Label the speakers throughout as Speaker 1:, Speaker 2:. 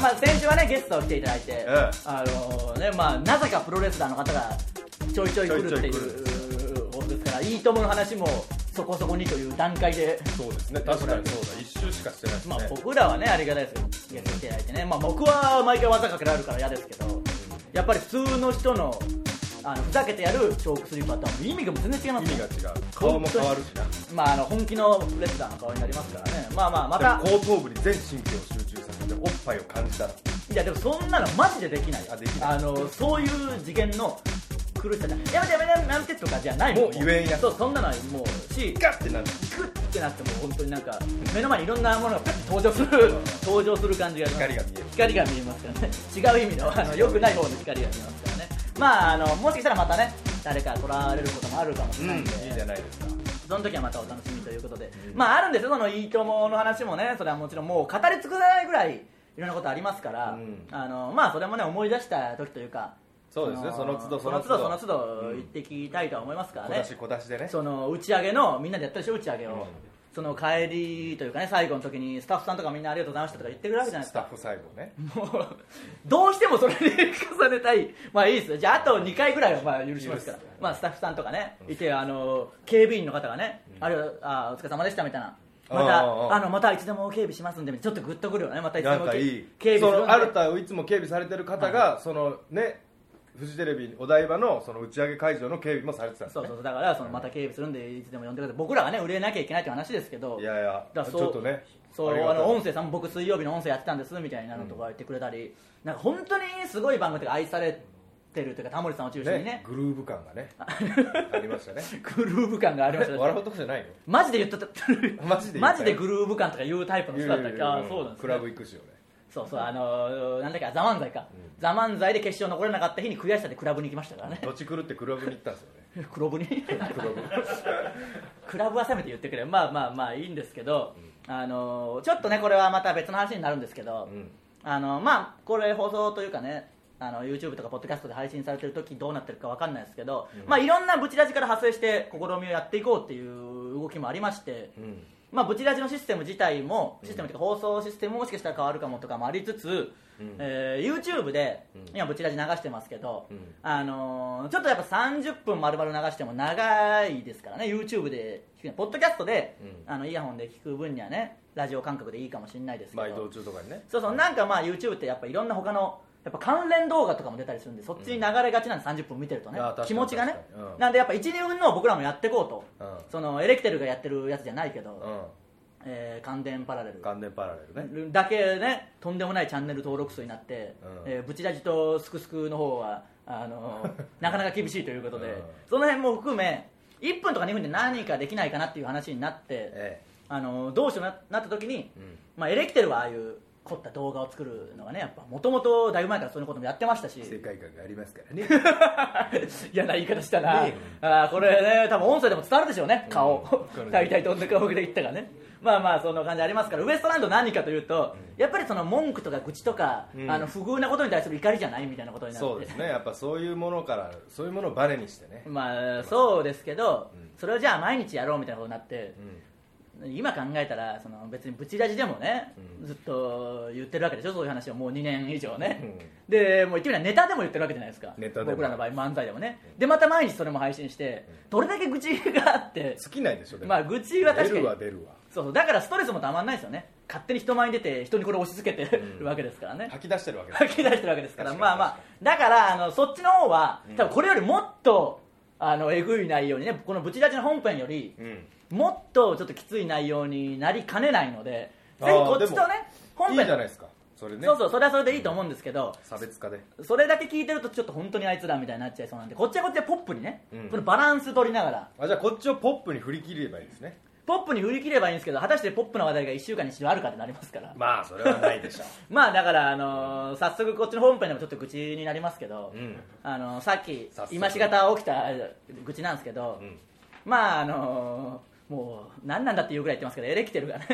Speaker 1: まあ、先週はね、ゲスト来ていただいて、
Speaker 2: うん
Speaker 1: あのね、まあ、なぜかプロレスラーの方がちょいちょい来るってい
Speaker 2: ちょいちょ
Speaker 1: うことですから、いいともの話もそこそこにという段階で、
Speaker 2: そうですね確かにそうだ一周しかしてないですね、
Speaker 1: まあ、僕らはね、ありがたいですけど、ゲスト来ていただいてね、まあ、僕は毎回技かけられるから嫌ですけど、やっぱり普通の人の、あのふざけてやるチョークスリーパーとは意味が全然違います
Speaker 2: 意
Speaker 1: ね
Speaker 2: 味が違う顔も変わるしな
Speaker 1: まあ、あの本気のレスラーの顔になりますからね、まあまあ、ま
Speaker 2: でも
Speaker 1: た、
Speaker 2: 後頭部に全神経を集中させておっぱいを感じたら
Speaker 1: いやでもそんなのマジでできないよ
Speaker 2: あできない
Speaker 1: あのそういう次元の苦しさじゃないやめてやめてやめてなんてとかじゃない
Speaker 2: もう言えんや
Speaker 1: そうそんなのはもうし
Speaker 2: ガッてなる
Speaker 1: グッてなってもう本当になんか目の前にいろんなものがパッて登場する登場する感じがします
Speaker 2: 光が見える
Speaker 1: 光が見えますからね違う意味のあの良くない方の光が見えますからねまああのもしかしたらまたね誰か来られることもあるかもしれないんで、
Speaker 2: いいじゃないですか
Speaker 1: その時はまたお楽しみということで、まああるんですよ、そのいいともの話もね、それはもちろんもう語り尽くせないぐらいいろんなことありますから、
Speaker 2: うん
Speaker 1: あのまあそれもね思い出した時というか、
Speaker 2: そうですね
Speaker 1: あ
Speaker 2: その都度
Speaker 1: そ
Speaker 2: そ
Speaker 1: の
Speaker 2: の
Speaker 1: 都
Speaker 2: 都
Speaker 1: 度
Speaker 2: 度
Speaker 1: その都度
Speaker 2: うん
Speaker 1: 行ってきたいとは思いますから
Speaker 2: 小
Speaker 1: ね
Speaker 2: 出。し小出しでね
Speaker 1: その打ち上げのみんなでやったでしょ打ち上げを、
Speaker 2: うん
Speaker 1: その帰りというかね最後の時にスタッフさんとかみんなありがとうございましたとか言ってくるわけじゃないで
Speaker 2: ス
Speaker 1: す
Speaker 2: タ
Speaker 1: か
Speaker 2: ッ。フ最後ね
Speaker 1: もうどうしてもそれに重ねたい、 まあいいですよじゃああと2回ぐらいはまあ許しますから
Speaker 2: 許す、
Speaker 1: まあ、スタッフさんとかね、いてあの警備員の方がね、あれあお疲れ様でしたみたいな、また
Speaker 2: ああああ
Speaker 1: あのまたいつでも警備しますんで、ちょっとグッとくるよね、またいつで
Speaker 2: なん
Speaker 1: も
Speaker 2: かいい
Speaker 1: 警備す
Speaker 2: そ
Speaker 1: るん
Speaker 2: のあ
Speaker 1: で
Speaker 2: るたいつも警備されてる方が、そのねフジテレビお台場のその打ち上げ会場の警備もされてたんです
Speaker 1: そう
Speaker 2: ね
Speaker 1: そうそうだからそのまた警備するんで、いつでも呼んでください、僕らがね、売れなきゃいけないっていう話ですけど。
Speaker 2: いやいや
Speaker 1: だか
Speaker 2: ち
Speaker 1: らそう
Speaker 2: ょっとね
Speaker 1: そう
Speaker 2: り
Speaker 1: あ
Speaker 2: がたい
Speaker 1: の音声さんも僕水曜日の音声やってたんですみたいなのとか言ってくれたり、なんか本当にすごい番組が愛されてるというかタモリさんを中心にね
Speaker 2: ねグルーヴ感がねありましたね
Speaker 1: グルーヴ感がありましたね
Speaker 2: 笑うとこじゃないよ
Speaker 1: マジで言ったと
Speaker 2: マジで言ったよ
Speaker 1: マジでグルーヴ感とかいうタイプの人だったっけあーそうなんです、ね、
Speaker 2: クラブ行くしよね
Speaker 1: そうそうあのー、なんだっけあザ・漫才か、ザ・漫才で決勝残れなかった日に悔しさでクラブに行きましたからね
Speaker 2: 土地狂ってクラブに行ったんです よね
Speaker 1: クロブに
Speaker 2: クラブ
Speaker 1: クラブはせめて言ってくれまあまあまあいいんですけど、あのー、ちょっとねこれはまた別の話になるんですけど、
Speaker 2: うん
Speaker 1: あのまあこれ放送というかねあの YouTube とかポッドキャストで配信されてる時どうなってるかわかんないですけど、まあいろんなブチラジから派生して試みをやっていこうっていう動きもありまして、
Speaker 2: うん
Speaker 1: まあブチラジのシステム自体もシステムというか放送システムももしかしたら変わるかもとかもありつつ、えー YouTube で
Speaker 2: うん
Speaker 1: 今ブチラジ流してますけど、
Speaker 2: うん
Speaker 1: あのーちょっとやっぱ30分丸々流しても長いですからね YouTube で聞くにはポッドキャストで、
Speaker 2: う
Speaker 1: あのイヤホンで聞く分にはねラジオ感覚でいいかもしれないですけど。
Speaker 2: まあ移動中とかにね
Speaker 1: そうそうなんかまあ YouTube ってやっぱいろんな他のやっぱ関連動画とかも出たりするんでそっちに流れがちなんで30分見てるとね、
Speaker 2: ああ確かに
Speaker 1: 気持ちがね、
Speaker 2: 確かにうん
Speaker 1: なんでやっぱ12分のを僕らもやっていこうと、
Speaker 2: うん
Speaker 1: そのエレキテルがやってるやつじゃないけど、
Speaker 2: う
Speaker 1: えー感電パラレル
Speaker 2: ん関連パラレルね
Speaker 1: だけねとんでもないチャンネル登録数になって、
Speaker 2: うん
Speaker 1: えーブチラジとすくすくの方はあの ーなかなか厳しいということで、
Speaker 2: うん
Speaker 1: その辺も含め1分とか2分で何かできないかなっていう話になって、
Speaker 2: え
Speaker 1: あのーどうしようななった時に、
Speaker 2: えうん
Speaker 1: まあ、エレキテルはああいう凝った動画を作るのがねやっぱもともとだいぶ前からそういうこともやってましたし
Speaker 2: 世界観がありますか らね
Speaker 1: 嫌な言い方したな、
Speaker 2: ね
Speaker 1: あーこれね多分音声でも伝わるでしょうね顔
Speaker 2: うん
Speaker 1: 大体どんな顔で言ったかねまあまあそんな感じありますからウエストランド何かというと、やっぱりその文句とか愚痴とか、
Speaker 2: うん
Speaker 1: あの不遇なことに対する怒りじゃないみたいなことになって
Speaker 2: そうですねやっぱそういうものからそういうものをバネにしてね
Speaker 1: まあそうですけど、
Speaker 2: うん
Speaker 1: それをじゃあ毎日やろうみたいなことになって
Speaker 2: う、ん
Speaker 1: 今考えたらその別にブチラジでもね、
Speaker 2: うん
Speaker 1: ずっと言ってるわけでしょそういう話をもう2年以上ね、
Speaker 2: うん
Speaker 1: でもう言ってみればネタでも言ってるわけじゃないですか
Speaker 2: ネタでも
Speaker 1: 僕らの場合漫才でもね、でまた毎日それも配信して、どれだけ愚痴があって
Speaker 2: 尽きないでしょでも
Speaker 1: まあ愚痴は確かに
Speaker 2: 出るわ出るわ
Speaker 1: そうそうだからストレスもたまんないですよね勝手に人前に出て人にこれ押し付けて
Speaker 2: うん
Speaker 1: るわけですからね、
Speaker 2: 吐き出してるわけだ
Speaker 1: 吐き出してるわけですから
Speaker 2: 確
Speaker 1: ま
Speaker 2: か
Speaker 1: あ
Speaker 2: に
Speaker 1: まあだからあのそっちの方は
Speaker 2: うん
Speaker 1: 多分これよりもっとあのえぐい内容にねこのブチラジの本編より、
Speaker 2: うん
Speaker 1: もっとちょっときつい内容になりかねないので
Speaker 2: あ
Speaker 1: ぜ
Speaker 2: ー
Speaker 1: ひこっちとね本
Speaker 2: いい
Speaker 1: 編
Speaker 2: じゃないですかそれね
Speaker 1: そうそうそれはそれでいいと思うんですけど
Speaker 2: 差別化で
Speaker 1: それだけ聞いてるとちょっと本当にあいつらみたいになっちゃいそうなんでこっちはこっちでポップにね、
Speaker 2: うん
Speaker 1: このバランス取りながら
Speaker 2: あじゃあこっちをポップに振り切ればいいですね
Speaker 1: ポップに振り切ればいいんですけど果たしてポップな話題が1週間に一度あるかってなりますから
Speaker 2: まあそれはないでしょ
Speaker 1: まあだから、あのー早速こっちの本編でもちょっと愚痴になりますけど、
Speaker 2: ううん
Speaker 1: あのーさっき
Speaker 2: 早速
Speaker 1: 今しがた起きた愚痴なんですけど、
Speaker 2: うん
Speaker 1: まああのーもう何なんだっていうぐらい言ってますけどエレキテルがね、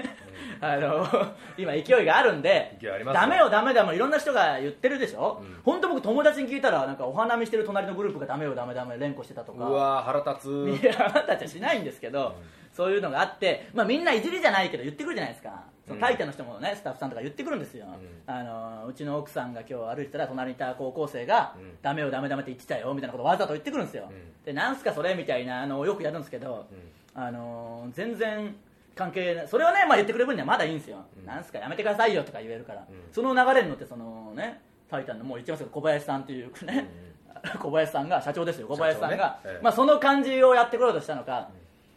Speaker 1: あのー今勢いがあるんで
Speaker 2: 勢いありますよ
Speaker 1: ダメよダメだもいろんな人が言ってるでしょ、
Speaker 2: ん
Speaker 1: 本当僕友達に聞いたらなんかお花見してる隣のグループがダメよダメダメ連呼してたと
Speaker 2: う
Speaker 1: か
Speaker 2: わー腹立
Speaker 1: い
Speaker 2: つ
Speaker 1: やあなたたちはしないんですけど、そういうのがあって、まあ、みんないじりじゃないけど言ってくるじゃないですかその
Speaker 2: うん
Speaker 1: タイタの人もねスタッフさんとか言ってくるんですよ、
Speaker 2: う
Speaker 1: あのうちの奥さんが今日歩いてたら隣にいた高校生が、
Speaker 2: うん
Speaker 1: ダメよダメダメって言ってたよみたいなことをわざと言ってくるんですよ、
Speaker 2: うん
Speaker 1: でなんすかそれみたいなあのよくやるんですけど、あの全然関係ないそれをね、まあ、言ってくれる分にはまだいいんですよ、
Speaker 2: うん
Speaker 1: なんすかやめてくださいよとか言えるから、
Speaker 2: うん
Speaker 1: その流れに乗ってそのねタイタンのもう言っちゃいますけど小林さんというね、 小林さんが社長ですよ小林さんが、
Speaker 2: 社長ねええ
Speaker 1: まあ、その感じをやってこようとしたのか、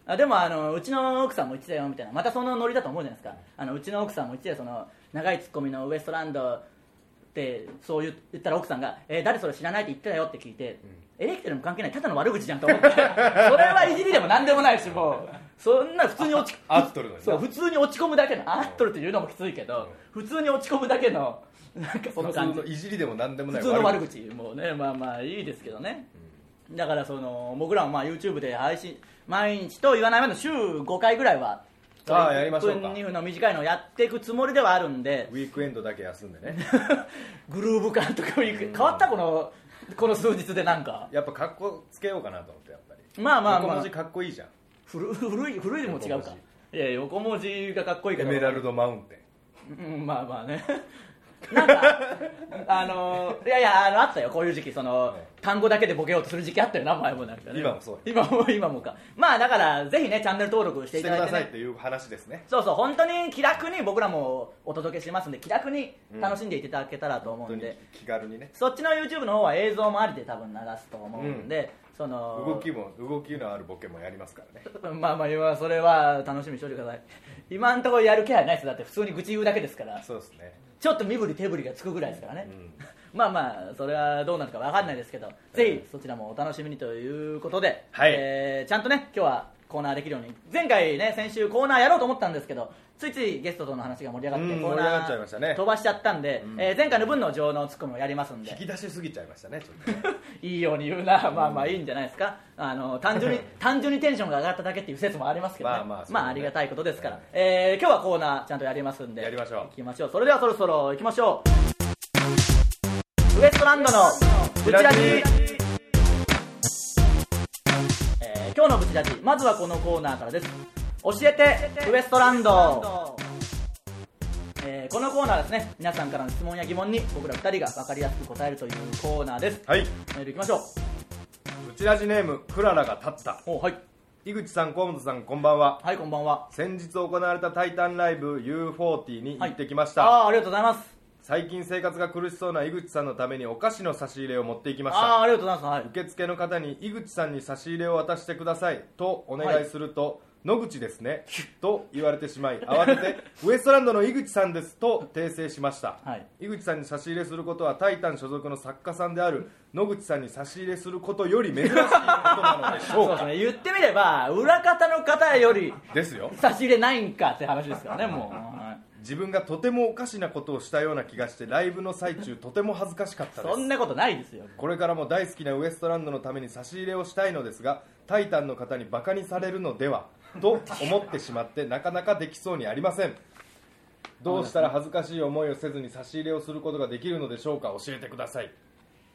Speaker 1: あでもあのうちの奥さんも言ってたよみたいなまたそのノリだと思うじゃないですかあのうちの奥さんも言ってたよその長いツッコミのウエストランドってそう言言ったら奥さんが、えー誰それ知らないって言ってたよって聞いて、エレキテルも関係ないただの悪口じゃんと思って それはいじりでも何でもないしもうそんな普通に落ち
Speaker 2: あ合っとるのにな
Speaker 1: そう普通に落ち込むだけのあっとるっていうのもきついけど、普通に落ち込むだけのなんかその
Speaker 2: 普通
Speaker 1: 感じ
Speaker 2: のいじりでも何でもな
Speaker 1: 普
Speaker 2: い
Speaker 1: 通の悪口もうねまあまあいいですけどね、だからその僕らもまあ YouTube で配信毎日と言わないまでも週5回ぐらいは
Speaker 2: ああやりましょうか
Speaker 1: 1分2分の短いのをやっていくつもりではあるんで
Speaker 2: ウィークエンドだけ休んでね
Speaker 1: グルーヴ感とかもいく変わったこのこの数日でなんか
Speaker 2: やっぱ格好つけようかなと思ってやっぱり
Speaker 1: まあまあま
Speaker 2: 横
Speaker 1: あ
Speaker 2: 文字かっこいいじゃん
Speaker 1: 古古い古いのも違う
Speaker 2: 横
Speaker 1: か
Speaker 2: 文
Speaker 1: いや横文字がかっこいい
Speaker 2: エ
Speaker 1: から
Speaker 2: メラルドマウンテン
Speaker 1: うんまあまあねなんかあのいやいやあのあったよこういう時期その、
Speaker 2: はい
Speaker 1: 単語だけでボケようとする時期あったよな前もなんかね
Speaker 2: 今もそうよ
Speaker 1: 今も今もかまあだからぜひねチャンネル登録し
Speaker 2: して
Speaker 1: い
Speaker 2: て
Speaker 1: た
Speaker 2: く
Speaker 1: だいて、
Speaker 2: ださい
Speaker 1: ね
Speaker 2: っ、ていう話ですね
Speaker 1: そうそう本当に気楽に僕らもお届けしますんで気楽に楽しんでいただけたらと思
Speaker 2: 本
Speaker 1: う
Speaker 2: 当
Speaker 1: ん
Speaker 2: に
Speaker 1: で、
Speaker 2: 気軽にね
Speaker 1: そっちの YouTube の方は映像もありで多分流すと思うんで、その
Speaker 2: 動きも動きのあるボケもやりますからね
Speaker 1: まあまあ今それは楽しみにしておいてください 今んところやる気配ないですだって普通に愚痴言うだけですから
Speaker 2: そうですね
Speaker 1: ちょっと身振り手振りがつくぐらいですからね、
Speaker 2: うん
Speaker 1: まあまあそれはどうなるかわかんないですけど、ぜひそちらもお楽しみにということで、
Speaker 2: はい
Speaker 1: えーちゃんとね今日はコーナーできるように前回ね先週コーナーやろうと思ったんですけどついついゲストとの話が盛り上がって、
Speaker 2: うん
Speaker 1: コー
Speaker 2: 盛り上
Speaker 1: ナ
Speaker 2: がっちゃいましたね
Speaker 1: ー飛ばしちゃったんで、
Speaker 2: うん
Speaker 1: えー前回の分の情のツッコミをやりますんで
Speaker 2: 引き出しすぎちゃいましたねちょっとね
Speaker 1: いいように言うな、まあまあいいんじゃないですか、あの単 純に単純にテンションが上がっただけっていう説もありますけど、ね、
Speaker 2: まあまあそうね
Speaker 1: ありがたいことですから、
Speaker 2: うん
Speaker 1: えー今日はコーナーちゃんとやりますんで、
Speaker 2: やりましょう
Speaker 1: 行きましょうそれではそろそろ行きましょう、ウエストランドのブチラジ。えー今日のブチラジまずはこのコーナーからです教えてウエストランドえーこのコーナーはですね皆さんからの質問や疑問に僕ら2人が分かりやすく答えるというコーナーです
Speaker 2: はい
Speaker 1: メールいきましょう
Speaker 2: うちラジネームクララが立った
Speaker 1: おはい
Speaker 2: 井口さん河本さんこんばんは
Speaker 1: はいこんばんは
Speaker 2: 先日行われた「タイタンライブ U40」に行ってきました、
Speaker 1: ああありがとうございます
Speaker 2: 最近生活が苦しそうな井口さんのためにお菓子の差し入れを持っていきました
Speaker 1: ああーありがとうございます、はい、
Speaker 2: 受付の方に井口さんに差し入れを渡してくださいとお願いすると、野口ですねと言われてし まい慌ててウエストランドの井口さんですと訂正しました、
Speaker 1: はい
Speaker 2: 井口さんに差し入れすることはタイタン所属の作家さんである野口さんに差し入れすることより珍しいことなのでし
Speaker 1: そ
Speaker 2: ょ
Speaker 1: ううです
Speaker 2: か
Speaker 1: ね言ってみれば裏方の方より
Speaker 2: ですよ
Speaker 1: 差し入れないんかって話ですからねもう、はい
Speaker 2: 自分がとてもおかしなことをしたような気がしてライブの最中とても恥ずかしかったです
Speaker 1: そんなことないですよ
Speaker 2: これからも大好きなウエストランドのために差し入れをしたいのですが「タイタン」の方にバカにされるのではと思ってしまってなかなかできそうにありませんどうしたら恥ずかしい思いをせずに差し入れをすることができるのでしょうか教えてください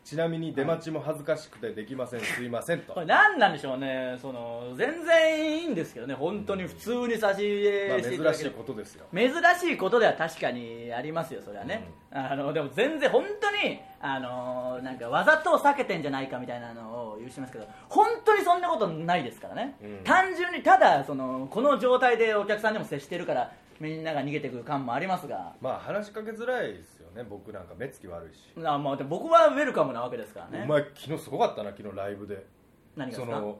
Speaker 2: ちなみに出待ちも恥ずかしくてできませんすいませんと
Speaker 1: これ何なんでしょうねその全然いいんですけどね本当に普通に差し入
Speaker 2: まあ
Speaker 1: れしていただ
Speaker 2: 珍
Speaker 1: け
Speaker 2: し
Speaker 1: る
Speaker 2: いことですよ
Speaker 1: 珍しいことでは確かにありますよそれはね、あのでも全然本当にあのなんかわざと避けてんじゃないかみたいなのを言うしてますけど本当にそんなことないですからね、
Speaker 2: うん
Speaker 1: 単純にただそのこの状態でお客さんにも接してるからみんなが逃げてくる感もありますが
Speaker 2: まあ話しかけづらいですよね僕なんか目つき悪いし、
Speaker 1: あ、まあ、でも僕はウェルカムなわけですからね
Speaker 2: お前昨日すごかったな昨日ライブで
Speaker 1: 何がで
Speaker 2: そ
Speaker 1: すか
Speaker 2: の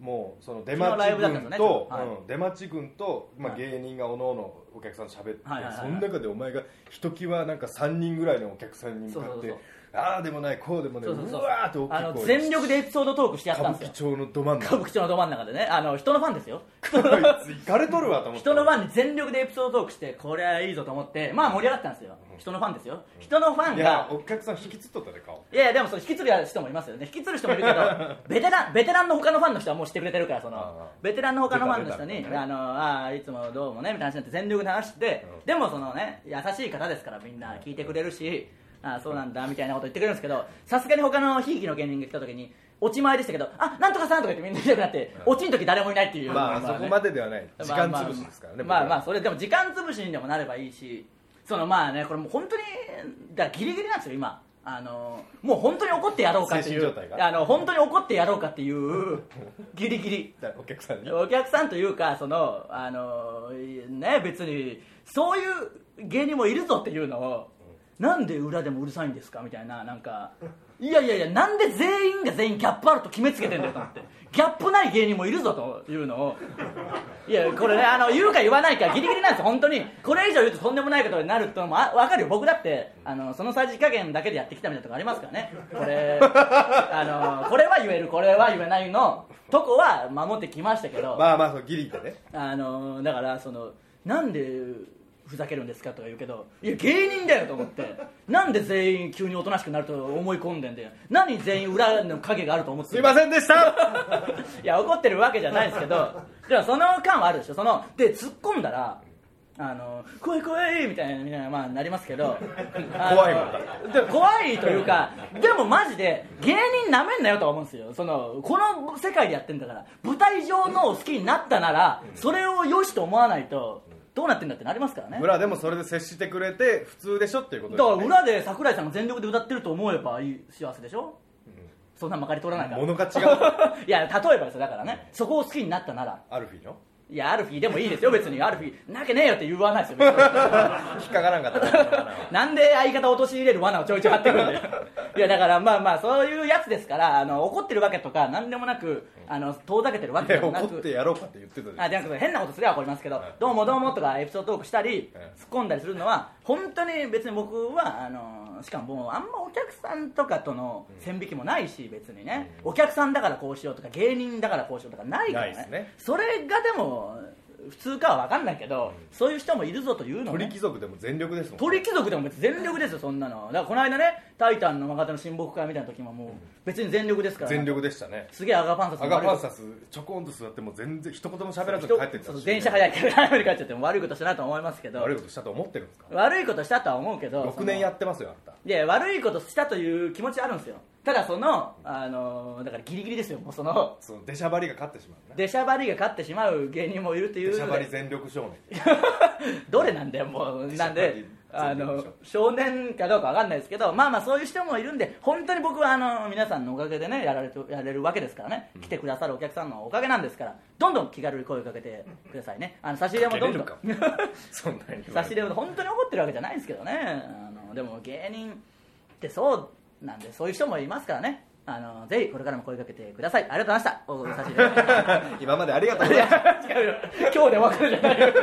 Speaker 2: もうその出
Speaker 1: 昨日ライ
Speaker 2: 待ち
Speaker 1: ブだった
Speaker 2: 軍
Speaker 1: んですよね
Speaker 2: と、
Speaker 1: はい
Speaker 2: うん出待ち軍と、まあ、
Speaker 1: はい
Speaker 2: 芸人がおのおのお客さんと喋って、
Speaker 1: はいはいはいはい
Speaker 2: その中でお前がひときわなんか3人ぐらいのお客さんに向かって
Speaker 1: そうそうそう
Speaker 2: ああでもないこうでもないう
Speaker 1: そうそうそう
Speaker 2: わーって大きい声
Speaker 1: あの
Speaker 2: で
Speaker 1: 全力でエピソードトークしてやっ
Speaker 2: 歌
Speaker 1: たん
Speaker 2: 舞
Speaker 1: です
Speaker 2: 伎
Speaker 1: よ
Speaker 2: 町のど真ん
Speaker 1: 歌
Speaker 2: 中
Speaker 1: 舞伎町のど真ん中でねあの人のファンですよ
Speaker 2: こいつ行かれとるわと思って
Speaker 1: 人のファンに全力でエピソードトークしてこれはいいぞと思ってまあ盛り上がったんですよ人のファンですよ人のファン
Speaker 2: いや
Speaker 1: が
Speaker 2: お客さん引きつっとったで顔
Speaker 1: いやいやでもそれ引きつる人もいますよね引きつる人もい るけどベテランベテランの他のファンの人はもう知ってくれてるからそ
Speaker 2: ああ
Speaker 1: のベテランの他のファンの人
Speaker 2: 出
Speaker 1: に
Speaker 2: た
Speaker 1: 「
Speaker 2: 出た
Speaker 1: あのああいつもどうもね」みたいな話になって全力で話して
Speaker 2: うん
Speaker 1: でもそのね優しい方ですからみんな聞いてくれるしああそうなんだみたいなこと言ってくれるんですけどさすがに他のひいきの芸人が来た時に落ち前でしたけどあなんとかさんとか言ってみんないなくなって落ちの時誰もいないっていう
Speaker 2: まあ、あそこまでではない時間潰しですからね
Speaker 1: まあまあ、まあまあ
Speaker 2: 僕
Speaker 1: それでも時間潰しにでもなればいいしそのまあねこれもう本当にだからギリギリなんですよ今あのもう本当に怒ってやろうかってい
Speaker 2: 精神
Speaker 1: う
Speaker 2: 状態が
Speaker 1: あの本当に怒ってやろうかっていうギリギリ
Speaker 2: らお客さんに
Speaker 1: お客さんというかそのあのね別にそういう芸人もいるぞっていうのを、なんで裏でもうるさいんですかみたいななんかいやいやいやなんで全員が全員ギャップあると決めつけてんだよと思ってギャップない芸人もいるぞというのを いやこれねあの言うか言わないかギリギリなんですよ本当にこれ以上言うととんでもないことになるとのもあ分かるよ僕だってあのそのさじ加減だけでやってきたみたいなとこありますからねこれあのこれは言えるこれは言えないのとこは守ってきましたけど
Speaker 2: まあまあそうギリでね
Speaker 1: あのーだからそのなんでふざけるんですかとか言うけどいや芸人だよと思ってなんで全員急におとなしくなると思い込んでんだよ何全員裏の影があると思って
Speaker 2: すい
Speaker 1: る
Speaker 2: ませんでした
Speaker 1: いや怒ってるわけじゃないですけどでもその感はあるでしょそので突っ込んだらあの怖い怖いみたいなみたいなまあなりますけど
Speaker 2: 怖いもんだ
Speaker 1: あので怖いというかでもマジで芸人なめんなよとは思うんですよそのこの世界でやってんだから舞台上のを好きになったならそれを良しと思わないとどうなってんだってなりますからね
Speaker 2: 裏でもそれで接してくれて普通でしょっていうこと
Speaker 1: だから
Speaker 2: です、ね、
Speaker 1: 裏で桜井さんが全力で歌ってると思えばいい幸せでしょ、そんなまかり取らないから
Speaker 2: 物が違う
Speaker 1: いや例えばですよだからねそこを好きになったなら
Speaker 2: アルフィーの
Speaker 1: いや、アルフィーでもいいですよ、別に。アルフィー、なきゃねえよって言わないですよ別に、
Speaker 2: 引っかからんかったから
Speaker 1: なんで相方を陥れる罠をちょいちょい張ってくるん で。いや、だからまあまあ、そういうやつですから、あの怒ってるわけとか、なんでもなく、あの遠ざけてるわ
Speaker 2: い
Speaker 1: け
Speaker 2: や
Speaker 1: でもな
Speaker 2: 怒って
Speaker 1: く。
Speaker 2: やろうかって言ってたじゃ
Speaker 1: あ
Speaker 2: ん
Speaker 1: じゃなくて変なことすれば怒りますけど、
Speaker 2: はい
Speaker 1: どうもどうもとかエピソードトークしたり、
Speaker 2: はい
Speaker 1: 突っ込んだりするのは本当に別に僕はあのしかももうあんまお客さんとかとの線引きもないし別にね、お客さんだからこうしようとか芸人だからこうしようとかないからね
Speaker 2: ないですね
Speaker 1: それがでも普通かは分かんないけど、そういう人もいるぞというの
Speaker 2: 鳥
Speaker 1: ね
Speaker 2: 貴族でも全力ですもん
Speaker 1: 鳥貴族でも別に全力ですよそんなのだからこの間ね「タイタン」の若手の親睦会みたいな時ももう別に全力ですから
Speaker 2: 全力でしたね
Speaker 1: すげえアガパンサス
Speaker 2: ア
Speaker 1: の
Speaker 2: ガ
Speaker 1: 悪い
Speaker 2: パ
Speaker 1: こ
Speaker 2: ン
Speaker 1: と
Speaker 2: サスちょこんと座ってもう全然一言も喋らずに
Speaker 1: 人
Speaker 2: 帰ってった
Speaker 1: そう
Speaker 2: し
Speaker 1: 電車早いから帰り帰っちゃっても悪いことしたなと思いますけど
Speaker 2: 悪いことしたと思ってるんですか
Speaker 1: 悪いことしたとは思うけど
Speaker 2: 6年や
Speaker 1: っ
Speaker 2: ってますよあんた
Speaker 1: いや悪いことしたという気持ちはあるんですよただその、あのだからギリギリですよもうその
Speaker 2: その出しゃばりが勝ってしまうね
Speaker 1: 出しゃばりが勝ってしまう芸人もいるという
Speaker 2: 出しゃばり全力少年
Speaker 1: どれなんだよもう
Speaker 2: 出し
Speaker 1: な
Speaker 2: ゃば
Speaker 1: ん
Speaker 2: り
Speaker 1: であ
Speaker 2: 全
Speaker 1: の
Speaker 2: 力
Speaker 1: 少年かどうかわかんないですけどまあまあそういう人もいるんで本当に僕はあの皆さんのおかげでねやられてやれるわけですからね来てくださるお客さんのおかげなんですからどんどん気軽に声をかけてくださいねあの差し入れもどんどん
Speaker 2: かけそんなに
Speaker 1: 差し入れも本当に怒ってるわけじゃないんですけどねあのでも芸人ってそうなんでそういう人もいますからねあのぜひこれからも声かけてくださいありがとうございましたお差し入れ
Speaker 2: 今までありがとうご
Speaker 1: い
Speaker 2: ざいま
Speaker 1: や 違うよ今日でお別れじゃないよ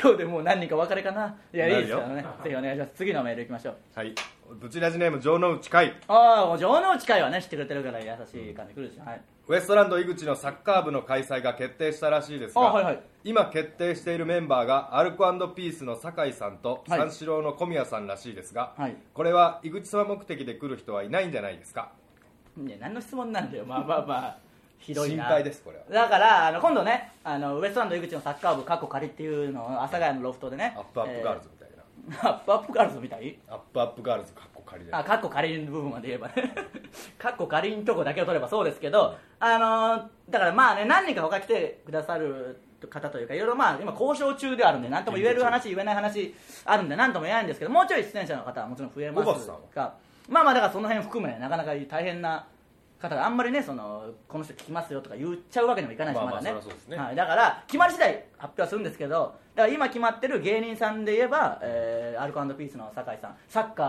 Speaker 1: 今日でもう何人かお別れかないや
Speaker 2: なるよ
Speaker 1: いいですからねぜひお願いします次のメールいきましょう
Speaker 2: すはいブチラジネーム城之内海
Speaker 1: ああもう城之内会はね知ってくれてるから優しい感じくるでしょ、はい、
Speaker 2: ウエストランド井口のサッカー部の開催が決定したらしいですが、
Speaker 1: あはいはい
Speaker 2: 今決定しているメンバーがアルコピースの酒井さんと
Speaker 1: はい
Speaker 2: 三四郎の小宮さんらしいですが、
Speaker 1: はい
Speaker 2: これは井口様目的で来る人はいないんじゃないですか
Speaker 1: いや何の質問なんだよまあまあまあ ひどいな
Speaker 2: 心配ですこれは
Speaker 1: だからあの今度ねあのウエストランド井口のサッカー部過去仮っていうのを阿佐ヶ谷のロフトでね
Speaker 2: アップアップガールズ、みたい
Speaker 1: え
Speaker 2: な、
Speaker 1: ー アップアップガールズみたい
Speaker 2: アップアップガールズかっこ仮で
Speaker 1: あ、カッコ仮の部分まで言えばね。 カッコ仮のとこだけを取ればそうですけど、あのーだからまあね、何人か他来てくださる方というか、いろいろまあ、今交渉中ではあるんで、何とも言える話、言えない話あるんで、何とも言えないんですけど、もうちょい出演者の方はもちろん増えま
Speaker 2: 小橋
Speaker 1: す
Speaker 2: さんは
Speaker 1: が、まあまあ、だからその辺含め、なかなか大変な方があんまりね、その、この人聞きますよとか言っちゃうわけにもいかないし、
Speaker 2: まあ
Speaker 1: ま
Speaker 2: まあ
Speaker 1: だね
Speaker 2: そりゃそうですね。
Speaker 1: はい、だから、決まり次第発表はするんですけど、だから今決まってる芸人さんで言えば、えーアルコピースの酒井さん、サッカ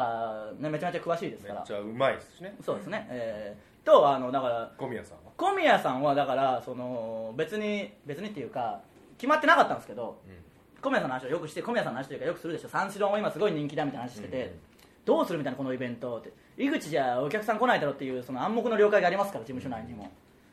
Speaker 1: ー、ね、めちゃめちゃ詳しいです
Speaker 2: め
Speaker 1: か
Speaker 2: っ
Speaker 1: ら
Speaker 2: ち。ゃうまいですしね
Speaker 1: そうですね、えーとあのだから
Speaker 2: 小宮さんは
Speaker 1: 小宮さんはだからその別に別にっていうか決まってなかったんですけど、小宮さんの話をよくして小宮さんの話というかよくするでしょ三四郎も今すごい人気だみたいな話してて、
Speaker 2: うん
Speaker 1: どうするみたいなこのイベントって井口じゃお客さん来ないだろうっていうその暗黙の了解がありますから事務所内にも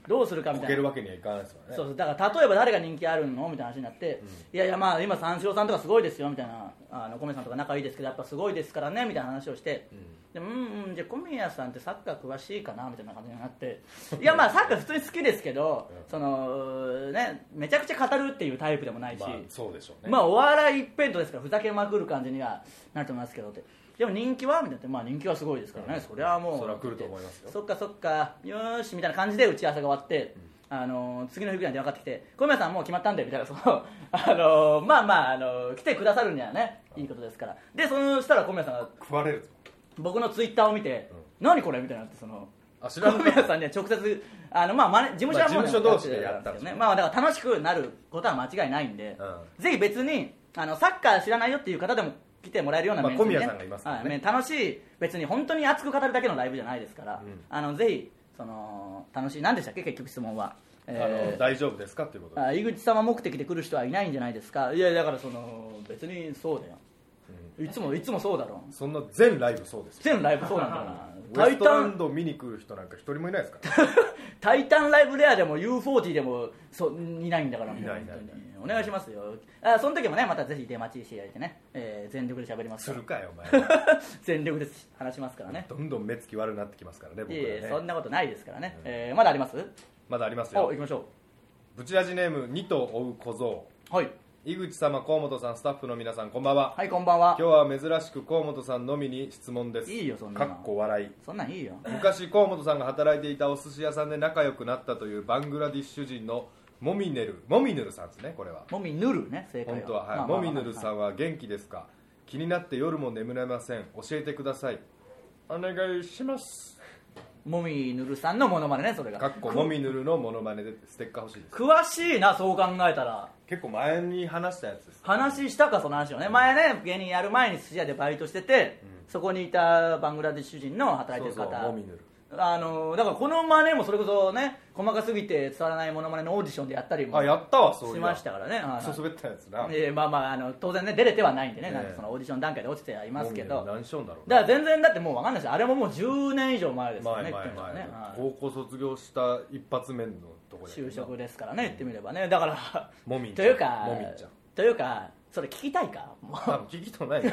Speaker 1: どうするかみ
Speaker 2: こ
Speaker 1: たい
Speaker 2: け
Speaker 1: な
Speaker 2: るわけにはいかないですからね
Speaker 1: そうそうだから例えば誰が人気あるのみたいな話になって、いやいやまあ今三四郎さんとかすごいですよみたいなあの小宮さんとか仲いいですけどやっぱすごいですからねみたいな話をして、でうんうんじゃあ小宮さんってサッカー詳しいかなみたいな感じになって いやまあサッカー普通に好きですけど、そのねめちゃくちゃ語るっていうタイプでもないし、
Speaker 2: まあそうでしょうね
Speaker 1: まあお笑い一辺倒ですからふざけまくる感じにはなると思いますけどってでも人気はみたいなまあ人気はすごいですからね、それはもう
Speaker 2: そりゃ来ると思いますよ
Speaker 1: そっかそっかよーしみたいな感じで打ち合わせが終わって、あのー次の日ぐらいに電話かかってきて「小宮さんもう決まったんで」みたいなその あのーまあまあ、あのー来てくださるにはねいいことですからでそのしたら小宮さんが
Speaker 2: 食われるぞ
Speaker 1: 僕のツイッターを見て「何これ?」みたいになってその。
Speaker 2: あ知らん
Speaker 1: 小
Speaker 2: かっ
Speaker 1: 宮
Speaker 2: た
Speaker 1: さんには直接あの、まあマネ、事務所はもうね、
Speaker 2: まあ事務所同士でやったんですね
Speaker 1: まあだから楽しくなることは間違いないんで、
Speaker 2: う
Speaker 1: ぜひ別にあのサッカー知らないよっていう方でも来てもらえるような
Speaker 2: まあ
Speaker 1: メンツに
Speaker 2: 小宮さんがいますからね
Speaker 1: はいね楽しい別に本当に熱く語るだけのライブじゃないですから、
Speaker 2: うん
Speaker 1: あのぜひその楽しい何でしたっけ結局質問は、
Speaker 2: あの
Speaker 1: えー
Speaker 2: 大丈夫ですかっていうことで
Speaker 1: あ井口様目的で来る人はいないんじゃないですかいやだからその別にそうだよ、いつもいつもそうだろ
Speaker 2: そんな全ライブそうです
Speaker 1: 全ライブそうなんだよな
Speaker 2: ウエストランド見に来る人なんか一人もいないで すから
Speaker 1: タイタンライブレアでも U40 でもそういないんだからもう
Speaker 2: いない
Speaker 1: 本
Speaker 2: いない
Speaker 1: 当にお願いしますよあその時もねまたぜひ出待ちしていただいてね、えー全力で喋ります
Speaker 2: す
Speaker 1: から
Speaker 2: るかよお前
Speaker 1: 全力で話しますからね
Speaker 2: どんどん目つき悪くなってきますからね僕
Speaker 1: い
Speaker 2: ら
Speaker 1: えいえそん
Speaker 2: ね
Speaker 1: なことないですからね、えーまだあります
Speaker 2: まだあります
Speaker 1: お行
Speaker 2: よ
Speaker 1: きましょ
Speaker 2: ブチラジネーム2頭追う小僧
Speaker 1: うはい
Speaker 2: 井口様河本さんスタッフの皆さんこんばんは、
Speaker 1: はいこんばんは
Speaker 2: 今日は珍しく河本さんのみに質問です
Speaker 1: いいよそんな
Speaker 2: か
Speaker 1: の
Speaker 2: っこ笑い
Speaker 1: そんなんいいよ
Speaker 2: 昔河本さんが働いていたお寿司屋さんで仲良くなったというバングラディッシュ人のモミネルモミネルさんですねこれは
Speaker 1: もみぬるね正解
Speaker 2: 本当は、はい
Speaker 1: まあまあ
Speaker 2: モ
Speaker 1: まあ
Speaker 2: ミネルさんは元気ですか気になって夜も眠れません教えてくださいお願いします
Speaker 1: もみぬるさんのモノマネねそれが
Speaker 2: かっこモミヌルのモノマネでステッカー欲しいです
Speaker 1: 詳しいなそう考えたら
Speaker 2: 結構前に話したやつです
Speaker 1: 話したかその話をね前ね芸人やる前に寿司屋でバイトしてて、そこにいたバングラデシュ人の働いてる方
Speaker 2: そうそうモミヌル
Speaker 1: あのだからこのマネもそれこそね細かすぎて伝わらないモノマネのオーディションでやったりも
Speaker 2: あやったわそういう
Speaker 1: しましたからねはい
Speaker 2: クソ滑ったやつな
Speaker 1: ええまあまああの当然ね出れてはないんでね、
Speaker 2: ええ
Speaker 1: なんかそのオーディション段階で落ちてはいますけ
Speaker 2: モ
Speaker 1: ど
Speaker 2: ミネル
Speaker 1: だか
Speaker 2: 何しよんだろうな
Speaker 1: ら全然だってもう分かんないですあれももう10年以上前ですから
Speaker 2: 前
Speaker 1: ね
Speaker 2: 前前
Speaker 1: 言ってみればねはい
Speaker 2: 高校卒業した一発目のとこで
Speaker 1: 就職ですからね言ってみればねだから
Speaker 2: もみんち
Speaker 1: と
Speaker 2: ゃん
Speaker 1: いうか
Speaker 2: もみんちゃん
Speaker 1: というかそれ聞きたいかもう
Speaker 2: 多分聞きとな いよ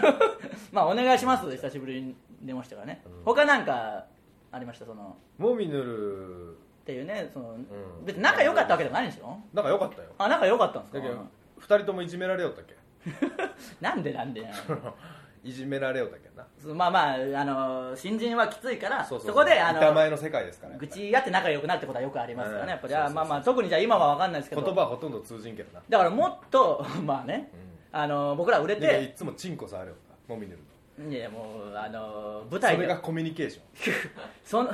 Speaker 1: まあお願いします久しぶりに出ましたからね、他なんかありましたその
Speaker 2: モミヌル
Speaker 1: っていうねその、
Speaker 2: ん
Speaker 1: 別に仲良かったわけでもないんでしょ
Speaker 2: なんか良かったよ
Speaker 1: あ仲良かったんで
Speaker 2: だ
Speaker 1: す
Speaker 2: けど
Speaker 1: か
Speaker 2: 2人ともいじめられよったっけ
Speaker 1: なんでなんで
Speaker 2: いじめられよったっけな
Speaker 1: そうまあまあ、あの新人はきついから
Speaker 2: そ
Speaker 1: そう
Speaker 2: そうそう
Speaker 1: こであ
Speaker 2: 板前
Speaker 1: の
Speaker 2: の世界ですからやっぱ
Speaker 1: 愚
Speaker 2: り
Speaker 1: 痴やって仲良くなるってことはよくありますから
Speaker 2: うん
Speaker 1: ねやっぱり
Speaker 2: そう
Speaker 1: あ
Speaker 2: そうそう
Speaker 1: まあまあ特にじゃあ今は分かんないですけ
Speaker 2: 言
Speaker 1: ど
Speaker 2: 葉ほとんど通じんけどな
Speaker 1: だからもっとまあね、あの僕ら売れ
Speaker 2: でい
Speaker 1: て
Speaker 2: つもチンコ触れよったモミヌルの
Speaker 1: いやもうあの舞台
Speaker 2: それ
Speaker 1: で
Speaker 2: がコミュニケーション
Speaker 1: その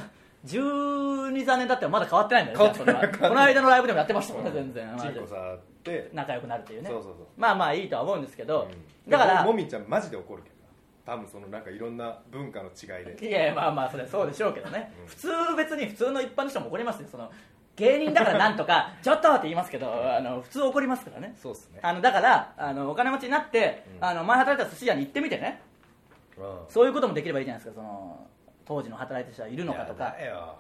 Speaker 1: 12、3年経ってもまだ変わってないんだよ
Speaker 2: 変わ
Speaker 1: ね
Speaker 2: って
Speaker 1: じゃあそれ
Speaker 2: ない
Speaker 1: はこの間のライブでもやってましたもんね、 全然、まあ
Speaker 2: チンコ触って
Speaker 1: 仲良くなるっていうね
Speaker 2: そうそうそう
Speaker 1: まあまあいいとは思うんですけど、
Speaker 2: うん
Speaker 1: だか
Speaker 2: でも
Speaker 1: ら
Speaker 2: もみちゃんマジで怒るけどな多分そのなんかいろんな文化の違いで
Speaker 1: いやいやまあまあそれはそうでしょうけどね、普通別に普通の一般の人も怒りますねその芸人だからなんと かちょっとって言いますけどあの普通怒りますからね
Speaker 2: そうっすね
Speaker 1: あのだからあのお金持ちになって、あの前働いた寿司屋に行ってみてね
Speaker 2: うん
Speaker 1: そういうこともできればいいじゃないですかその当時の働いてる人はいるのかと
Speaker 2: や
Speaker 1: か
Speaker 2: だよ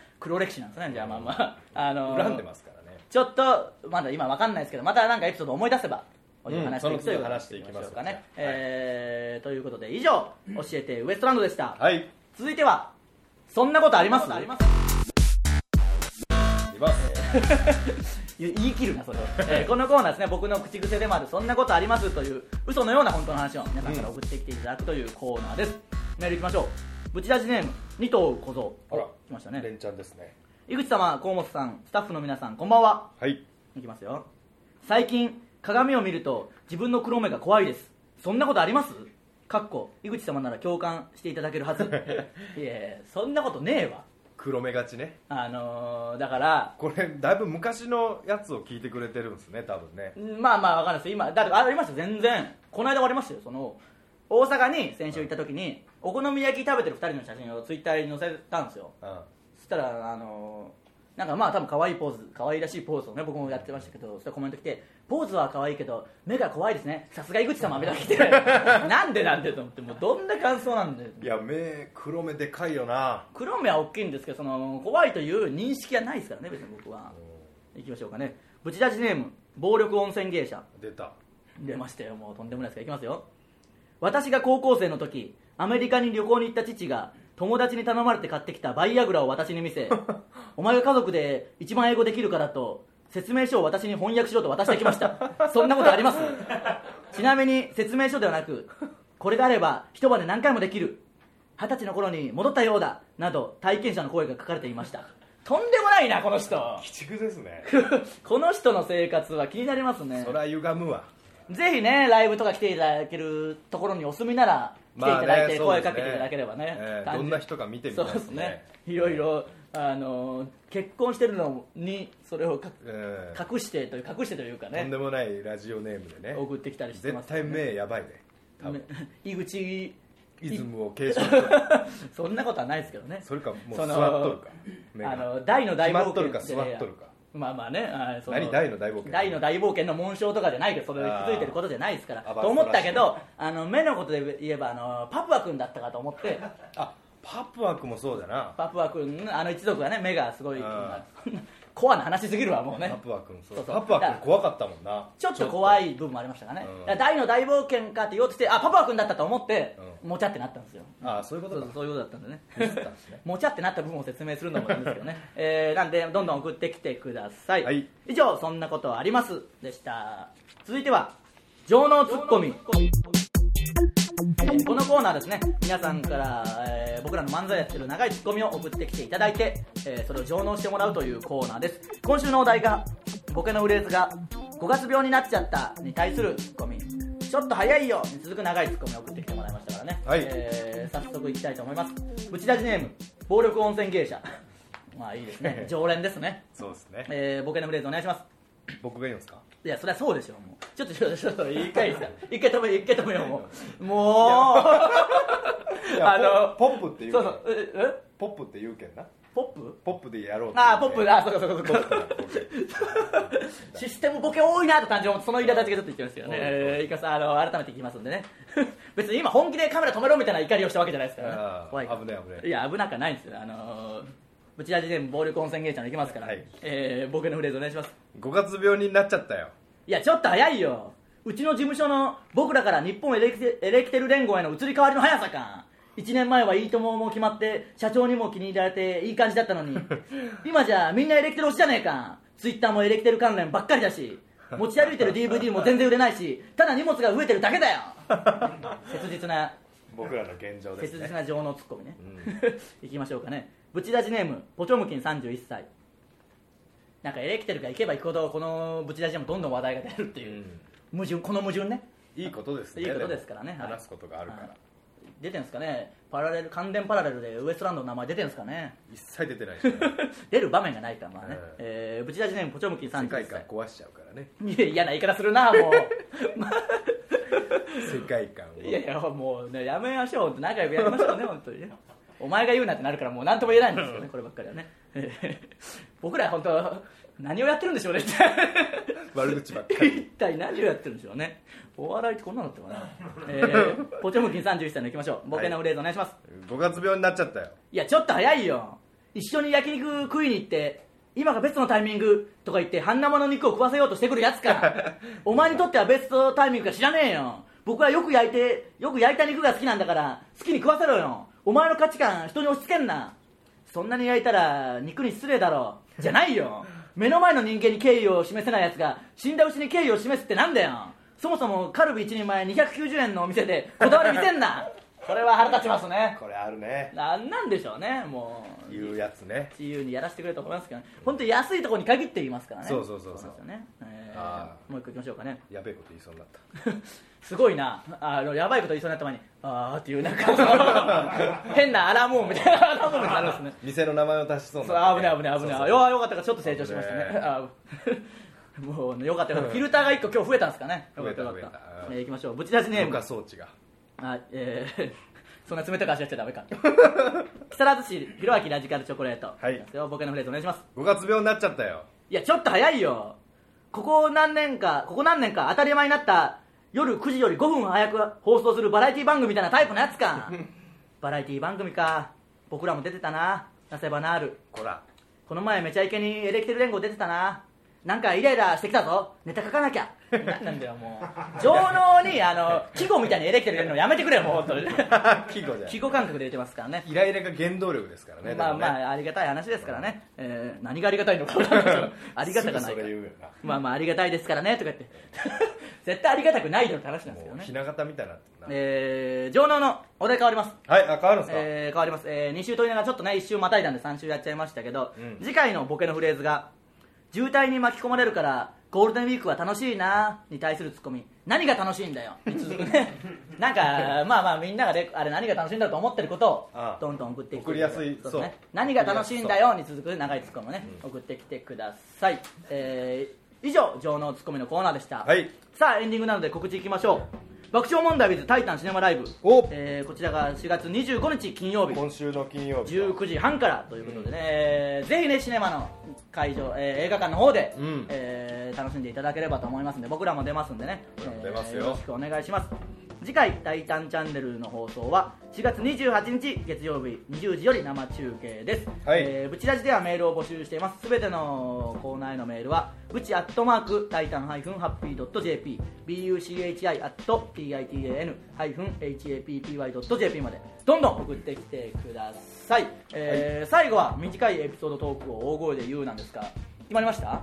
Speaker 1: 黒歴史なんですねじゃあまあまああの
Speaker 2: 恨んでますからね
Speaker 1: ちょっとまだ今わかんないですけどまたなんかエピソード思い出せば
Speaker 2: うん
Speaker 1: 話していくということで
Speaker 2: その都度話していきますよ
Speaker 1: かね、
Speaker 2: はい
Speaker 1: えーということで以上教えてウエストランドでした、
Speaker 2: はいい
Speaker 1: 続いてはそんなことあります
Speaker 2: ます
Speaker 1: 言い切るなそれ、えーこのコーナーです ね僕の口癖でもあるそんなことありますという嘘のような本当の話を皆さんから送ってきていただくというコーナーです、メールいきましょうブチラジネーム二頭小僧
Speaker 2: あら
Speaker 1: 来ましたね
Speaker 2: 連チャンですね
Speaker 1: 井口様河本さんスタッフの皆さんこんばんは
Speaker 2: はい
Speaker 1: いきますよ最近鏡を見ると自分の黒目が怖いですそんなことありますかっこ井口様なら共感していただけるはずいえそんなことねえわ
Speaker 2: 黒目がちね
Speaker 1: あのーだから
Speaker 2: これだいぶ昔のやつを聞いてくれてるんですね多分ね
Speaker 1: んまあまあわかんないです今だってありました全然この間ありましたよその大阪に先週行った時にお好み焼き食べてる2人の写真をツイッターに載せたんですよ
Speaker 2: うん
Speaker 1: そしたらあのーなんかまあ多分可愛いポーズ可愛らしいポーズをね僕もやってましたけどそしたらコメント来てポーズは可愛いけど目が怖いですねさすが井口様みたいなの来て なんでなんでと思ってもうどんな感想なんで
Speaker 2: いや目黒目でかいよな
Speaker 1: 黒目は大きいんですけどその怖いという認識はないですからね別に僕は行きましょうかねブチラジネーム暴力温泉芸者
Speaker 2: 出た
Speaker 1: 出ましたよもうとんでもないですからいきますよ私が高校生の時アメリカに旅行に行った父が友達に頼まれて買ってきたバイアグラを私に見 せお前が家族で一番英語できるからと説明書を私に翻訳しろと渡してきましたそんなことありますちなみに説明書ではなくこれであれば一晩で何回もできる二十歳の頃に戻ったようだなど体験者の声が書かれていましたとんでもないなこの人
Speaker 2: 鬼畜ですね
Speaker 1: この人の生活は気になりますね
Speaker 2: そりゃ歪むわ
Speaker 1: ぜひねライブとか来ていただけるところにお住みなら来ていただいて声かけていただければね,単
Speaker 2: まあ
Speaker 1: 純に、
Speaker 2: ねそうですねえーどんな人か見てみたい
Speaker 1: そうですねいろいろあのー結婚してるのにそれをか
Speaker 2: うん
Speaker 1: 隠してという隠してというか
Speaker 2: とん
Speaker 1: ね
Speaker 2: でもないラジオネームでね
Speaker 1: 送ってきたりして
Speaker 2: 絶
Speaker 1: ます
Speaker 2: 対
Speaker 1: ね
Speaker 2: 目やばいね多分
Speaker 1: め 井口
Speaker 2: イズムを継承してる
Speaker 1: そんなことはないですけどね
Speaker 2: それかもう座
Speaker 1: そ
Speaker 2: っ
Speaker 1: の
Speaker 2: とるか目が
Speaker 1: あの大の大冒険
Speaker 2: 決まっ
Speaker 1: いやい
Speaker 2: とるか
Speaker 1: や
Speaker 2: 座っとるか
Speaker 1: まあまあねあその
Speaker 2: 何大の大冒険
Speaker 1: 大の大冒険の紋章とかじゃないけどそれ気
Speaker 2: あー
Speaker 1: づいてることじゃないですから
Speaker 2: アバン
Speaker 1: と思ったけど
Speaker 2: ス
Speaker 1: あの目のことで言えばあのパプア君だったかと思 って
Speaker 2: あパプワ君もそうだな
Speaker 1: パプア君あの一族がね目がすごい
Speaker 2: あ
Speaker 1: コアな話すぎるわもうね
Speaker 2: パプワ君そう
Speaker 1: そうそう
Speaker 2: パプワ君怖かったもんな
Speaker 1: ちょっと怖
Speaker 2: ちょっ
Speaker 1: い部分もありましたかね
Speaker 2: うん
Speaker 1: だから大の大冒険かって言おうとしてあパプア君だったと思って
Speaker 2: う
Speaker 1: もちゃってなったんですよ
Speaker 2: とあそういうこ
Speaker 1: そ
Speaker 2: と
Speaker 1: う
Speaker 2: か
Speaker 1: そういうことだったんでね
Speaker 2: ミスったんですね
Speaker 1: もちゃってなった部分を説明するのもいいんですけど ね、えーなんでどんどん送ってきてください、
Speaker 2: はい
Speaker 1: 以上「そんなことはあります」でした続いては情能ツッコミえーこのコーナーですね皆さんから、えー僕らの漫才やってる長いツッコミを送ってきていただいて、えーそれを上納してもらうというコーナーです今週のお題がボケのフレーズが「5月病になっちゃった」に対するツッコミちょっと早いよに続く長いツッコミを送ってきてもらいましたからね、
Speaker 2: はい
Speaker 1: えー早速いきたいと思いますブチラジネーム暴力温泉芸者 まあいいです ね常連ですね、
Speaker 2: そうですね
Speaker 1: えーボケのフレーズお願いします
Speaker 2: 僕が言うんですか
Speaker 1: いや、そりゃそうでしょ、もう。ちょっと、ちょっと、ちょっと、一回さ、一回止め、一回止めよう、もう。 も、
Speaker 2: いうや
Speaker 1: あの、
Speaker 2: ポップって言う
Speaker 1: そ
Speaker 2: け
Speaker 1: うんそう、え、え
Speaker 2: ポップって言うけんな
Speaker 1: ポップ
Speaker 2: ポップでやろうって言う
Speaker 1: ああ、
Speaker 2: けん
Speaker 1: ポップ、あーそうかそうか
Speaker 2: ポ
Speaker 1: そう
Speaker 2: ップ
Speaker 1: か。
Speaker 2: だポップ
Speaker 1: システムボケ多いなと単純に思ってその苛立ちがちょっと言ってますよね。
Speaker 2: そう
Speaker 1: えー、いかさん、あの、改めて言いますんでね。 別に今本気でカメラ止めろみたいな怒りをしたわけじゃないですから
Speaker 2: あ
Speaker 1: ね。
Speaker 2: ー
Speaker 1: 怖いから。
Speaker 2: 危ない危ない
Speaker 1: いや、危なくはないんですよ。あのー、ぶちラジで暴力温泉芸者のいきますから、
Speaker 2: はい
Speaker 1: えー、ボケのフレーズお願いします。
Speaker 2: 5月病になっちゃったよ
Speaker 1: いや、ちょっと早いよ。うちの事務所の僕らから日本エレキテエレキテル連合への移り変わりの速さか。1年前はいいともも決まって、社長にも気に入られていい感じだったのに、今じゃみんなエレキテル推しじゃねえか。ツイッターもエレキテル関連ばっかりだし、持ち歩いてる DVD も全然売れないし、ただ荷物が増えてるだけだよ。切実な、
Speaker 2: 僕らの現状です
Speaker 1: 切
Speaker 2: ね
Speaker 1: 実な情のツッコミね。 いきましょうかね。ブチラジネーム、ポチョムキン31歳。なんかエレキテルが行けば行くほど、このブチラジでもどんどん話題が出るっていう。矛盾この矛盾ね
Speaker 2: いいことですね
Speaker 1: いいことですからね
Speaker 2: も
Speaker 1: はい
Speaker 2: 話すことがあるか
Speaker 1: は
Speaker 2: ら
Speaker 1: い出てんすかねパラレル関連パラレルでウエストランドの名前出てんすかね
Speaker 2: 一切出てないしね
Speaker 1: 出る場面がないからまあね、
Speaker 2: うん
Speaker 1: えー、ブチラジネームポチョムキン
Speaker 2: 世界
Speaker 1: 31
Speaker 2: 観
Speaker 1: 歳
Speaker 2: 壊しちゃうからね
Speaker 1: いや嫌な言い方するなも
Speaker 2: 世界観を
Speaker 1: ういやいやもうねやめましょう本当仲良くやりましょうね本当にねお前が言うなってなるからもう何とも言えないんですけどねこればっかりはね 僕ら本当何をやってるんでしょうねって
Speaker 2: 悪口ばっか
Speaker 1: 一
Speaker 2: り
Speaker 1: 体何をやってるんでしょうねお笑いってこんなのだったかな、えー、ポチョムキン31歳のいきましょうボケのフレーズお願いします、
Speaker 2: 5月病になっちゃったよ
Speaker 1: いやちょっと早いよ一緒に焼肉食いに行って今がベストのタイミングとか言って半生の肉を食わせようとしてくるやつ かお前にとってはベストタイミングか知らねえよ僕はよく焼いてよく焼いた肉が好きなんだから好きに食わせろよお前の価値観人に押し付けんなそんなに焼いたら肉に失礼だろじゃないよ目の前の人間に敬意を示せないやつが死んだ牛に敬意を示すってなんだよそもそもカルビ1人前290円のお店でこだわり見せん なこれは腹立ちますね
Speaker 2: これあるね
Speaker 1: なんなんでしょうねもう
Speaker 2: 言うやつね
Speaker 1: 自由にやらせてくれると思いますけど、ね、本当に安いところに限って言いますからね
Speaker 2: そうそうそうそ
Speaker 1: な
Speaker 2: う
Speaker 1: んですよね、えー
Speaker 2: あ
Speaker 1: もう一個いきましょうかね
Speaker 2: やべえこと言いそうになった
Speaker 1: すごいなあのやばいこと言いそうになった前にああっていうなんか その変なアラモーンみたいなアラモーンになるんですね
Speaker 2: 店の名前を足しそうに
Speaker 1: そう
Speaker 2: なった
Speaker 1: 危ない危ない危ない
Speaker 2: そうそう
Speaker 1: よよかったからちょっと成長しましたね
Speaker 2: そうね
Speaker 1: あー もうねよかったよかったフィルターが一個今日増えたんですかねよかったよか
Speaker 2: 増え
Speaker 1: った
Speaker 2: 増えたうん
Speaker 1: えーいきましょうぶち出しネー
Speaker 2: ろ
Speaker 1: ム
Speaker 2: 過装置が
Speaker 1: あえー そんな冷たく足がしちゃダメ か木更津市ひろあきラジカルチョコレート
Speaker 2: はい
Speaker 1: ですよボケのフレーズお願いします
Speaker 2: 5月病になっちゃったよ
Speaker 1: いや、ちょっと早いよ。ここ何年か、ここ何年か当たり前になった夜9時より5分早く放送するバラエティ番組みたいなタイプのやつ か。バラエティ番組か。僕らも出てたな。なせばなる。
Speaker 2: こら
Speaker 1: この前めちゃイケにエレキテル連合出てたな。なんかイライラしてきたぞ。ネタ書かなき ゃ。なんなんだよ、もう。上能に、あの、季語みたいにエレキテル入れるのやめてくれよ、もう、本当に。
Speaker 2: 季語じゃ ん
Speaker 1: 季語感覚で入れてますからね。
Speaker 2: イライラが原動力ですからね
Speaker 1: まあまあありがたい話ですからね、えー 何がありがたいのか分からないけどありがたくはない
Speaker 2: すぐ
Speaker 1: か
Speaker 2: それ言うよな
Speaker 1: まあまあありがたいですからねとか言って 絶対ありがたくないだろって話なんですけど
Speaker 2: もう
Speaker 1: ね
Speaker 2: ひな形みたいになってるな
Speaker 1: えー、上納のお題変わります
Speaker 2: はいあ変わるんですか、
Speaker 1: えー、変わります、えー、2週と言いながらちょっとね1週またいだんで3週やっちゃいましたけど、
Speaker 2: うん
Speaker 1: 次回のボケのフレーズが「渋滞に巻き込まれるからゴールデンウィークは楽しいな」に対するツッコミ「何が楽しいんだよ」に続くね なんかまあまあみんながであれ何が楽しいんだろうと思ってることを
Speaker 2: ああ
Speaker 1: どんどん送ってきて
Speaker 2: 送りやすい
Speaker 1: そうですね
Speaker 2: そう
Speaker 1: 何が楽しいんだよに続く長いツッコミをね、送ってきてください、えー、以上情能ツッコミのコーナーでした、
Speaker 2: はい
Speaker 1: さあエンディングなので告知いきましょう爆笑問題 with タイタンシネマライブ
Speaker 2: お
Speaker 1: えーこちらが4月25日金曜日
Speaker 2: 今週の金曜日か
Speaker 1: 19時半からということでね、えーぜひねシネマの会場、えー映画館の方で、
Speaker 2: うん
Speaker 1: えー楽しんでいただければと思いますんで僕らも出ますんでね、
Speaker 2: 僕らも出ますよ
Speaker 1: ろしくお願いします次回「タイタンチャンネル」の放送は4月28日月曜日20時より生中継です、
Speaker 2: はい
Speaker 1: えーブチラジではメールを募集していますすべてのコーナーへのメールはブチアットマークタイタンハイフンハッピードット JP buchi アット titan ハイフン happy ドット JP までどんどん送ってきてください、えー最後は短いエピソードトークを大声で言うなんですが決まりました
Speaker 2: あ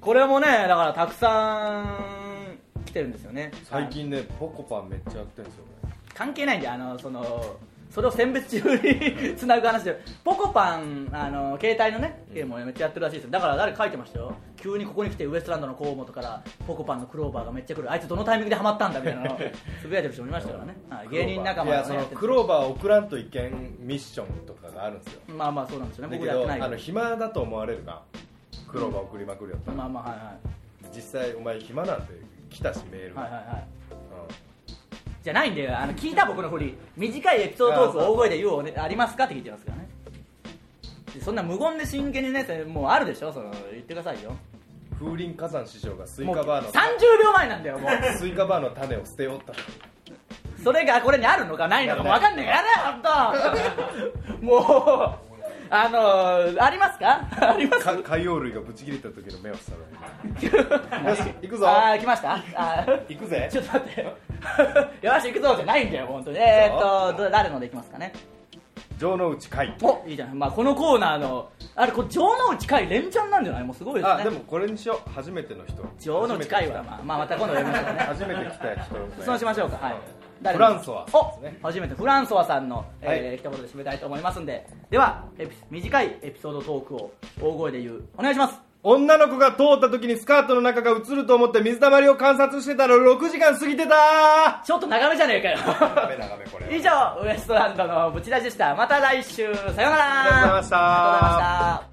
Speaker 1: これもねだからたくさん来てるんですよね
Speaker 2: 最近ねポコパンめっちゃやってるんですよね
Speaker 1: 関係ないんであのそのそれを選別中に つなぐ話でポコパンあの携帯のねゲームをめっちゃやってるらしいですよだから誰か書いてましたよ急にここに来てウエストランドの河本からポコパンのクローバーがめっちゃ来るあいつどのタイミングでハマったんだみたい なのをつぶやいてる人もいましたからね、はい芸人仲
Speaker 2: い
Speaker 1: 間
Speaker 2: や
Speaker 1: が
Speaker 2: そ
Speaker 1: ねや
Speaker 2: の
Speaker 1: ってる
Speaker 2: クローバーを送らんといけんミッションとかがあるんですよ
Speaker 1: まあまあそうなんですよね
Speaker 2: だ
Speaker 1: 僕
Speaker 2: け
Speaker 1: らやって
Speaker 2: ど
Speaker 1: ない
Speaker 2: あ
Speaker 1: か
Speaker 2: の暇だと思われるなクローバー送りまくるよった
Speaker 1: ら
Speaker 2: ら、
Speaker 1: まあまあはい
Speaker 2: 実際お前暇なんて来たしメールが、
Speaker 1: はいはいはいはい
Speaker 2: うん
Speaker 1: じゃないんだよあの聞いた僕の振り短いエピソードトークを大声で言うおねありますかって聞いてますからねでそんな無言で真剣にねそれもうあるでしょその言ってくださいよ
Speaker 2: 風林火山師匠がスイ
Speaker 1: もう
Speaker 2: カバーの
Speaker 1: 30秒前なんだよも う
Speaker 2: スイカバーの種を捨ておった
Speaker 1: それがこれにあるのかないのかも分かんないやれよ ほんともうあのー、ありますかあります
Speaker 2: か 海洋類がぶち切れた時の目をしたらよし行くぞ
Speaker 1: あー来ましたあー
Speaker 2: 行くぜ
Speaker 1: ちょっと待って よし行くぞじゃないんだよ本当にえー、っとど誰のでいきますかね
Speaker 2: 城之内海
Speaker 1: おいいじゃん、まあ、このコーナーのあれこれ城之内海連チャンなんじゃないもうすごいですね
Speaker 2: あでもこれにしよう初めての人
Speaker 1: 城之内海は、まあ、まあまた今度やりましょうね
Speaker 2: 初めて来た人
Speaker 1: そうしましょうか、はい。誰
Speaker 2: フ
Speaker 1: です
Speaker 2: ランソワ
Speaker 1: お
Speaker 2: ですね、
Speaker 1: 初めてフランソワさんの、えー
Speaker 2: は
Speaker 1: 一言で締めたいと思いますんで、ではエピ短いエピソードトークを大声で言うお願いします。
Speaker 2: 女の子が通った時にスカートの中が映ると思って水たまりを観察してたら6時間過ぎてた
Speaker 1: ちょっと長めじゃねえかよ。
Speaker 2: ダメダメこれ
Speaker 1: 以上ウエストランドのブチラジでした。また来週さようなら。
Speaker 2: ありがとうございまし
Speaker 1: あ
Speaker 2: た
Speaker 1: りがとうございました。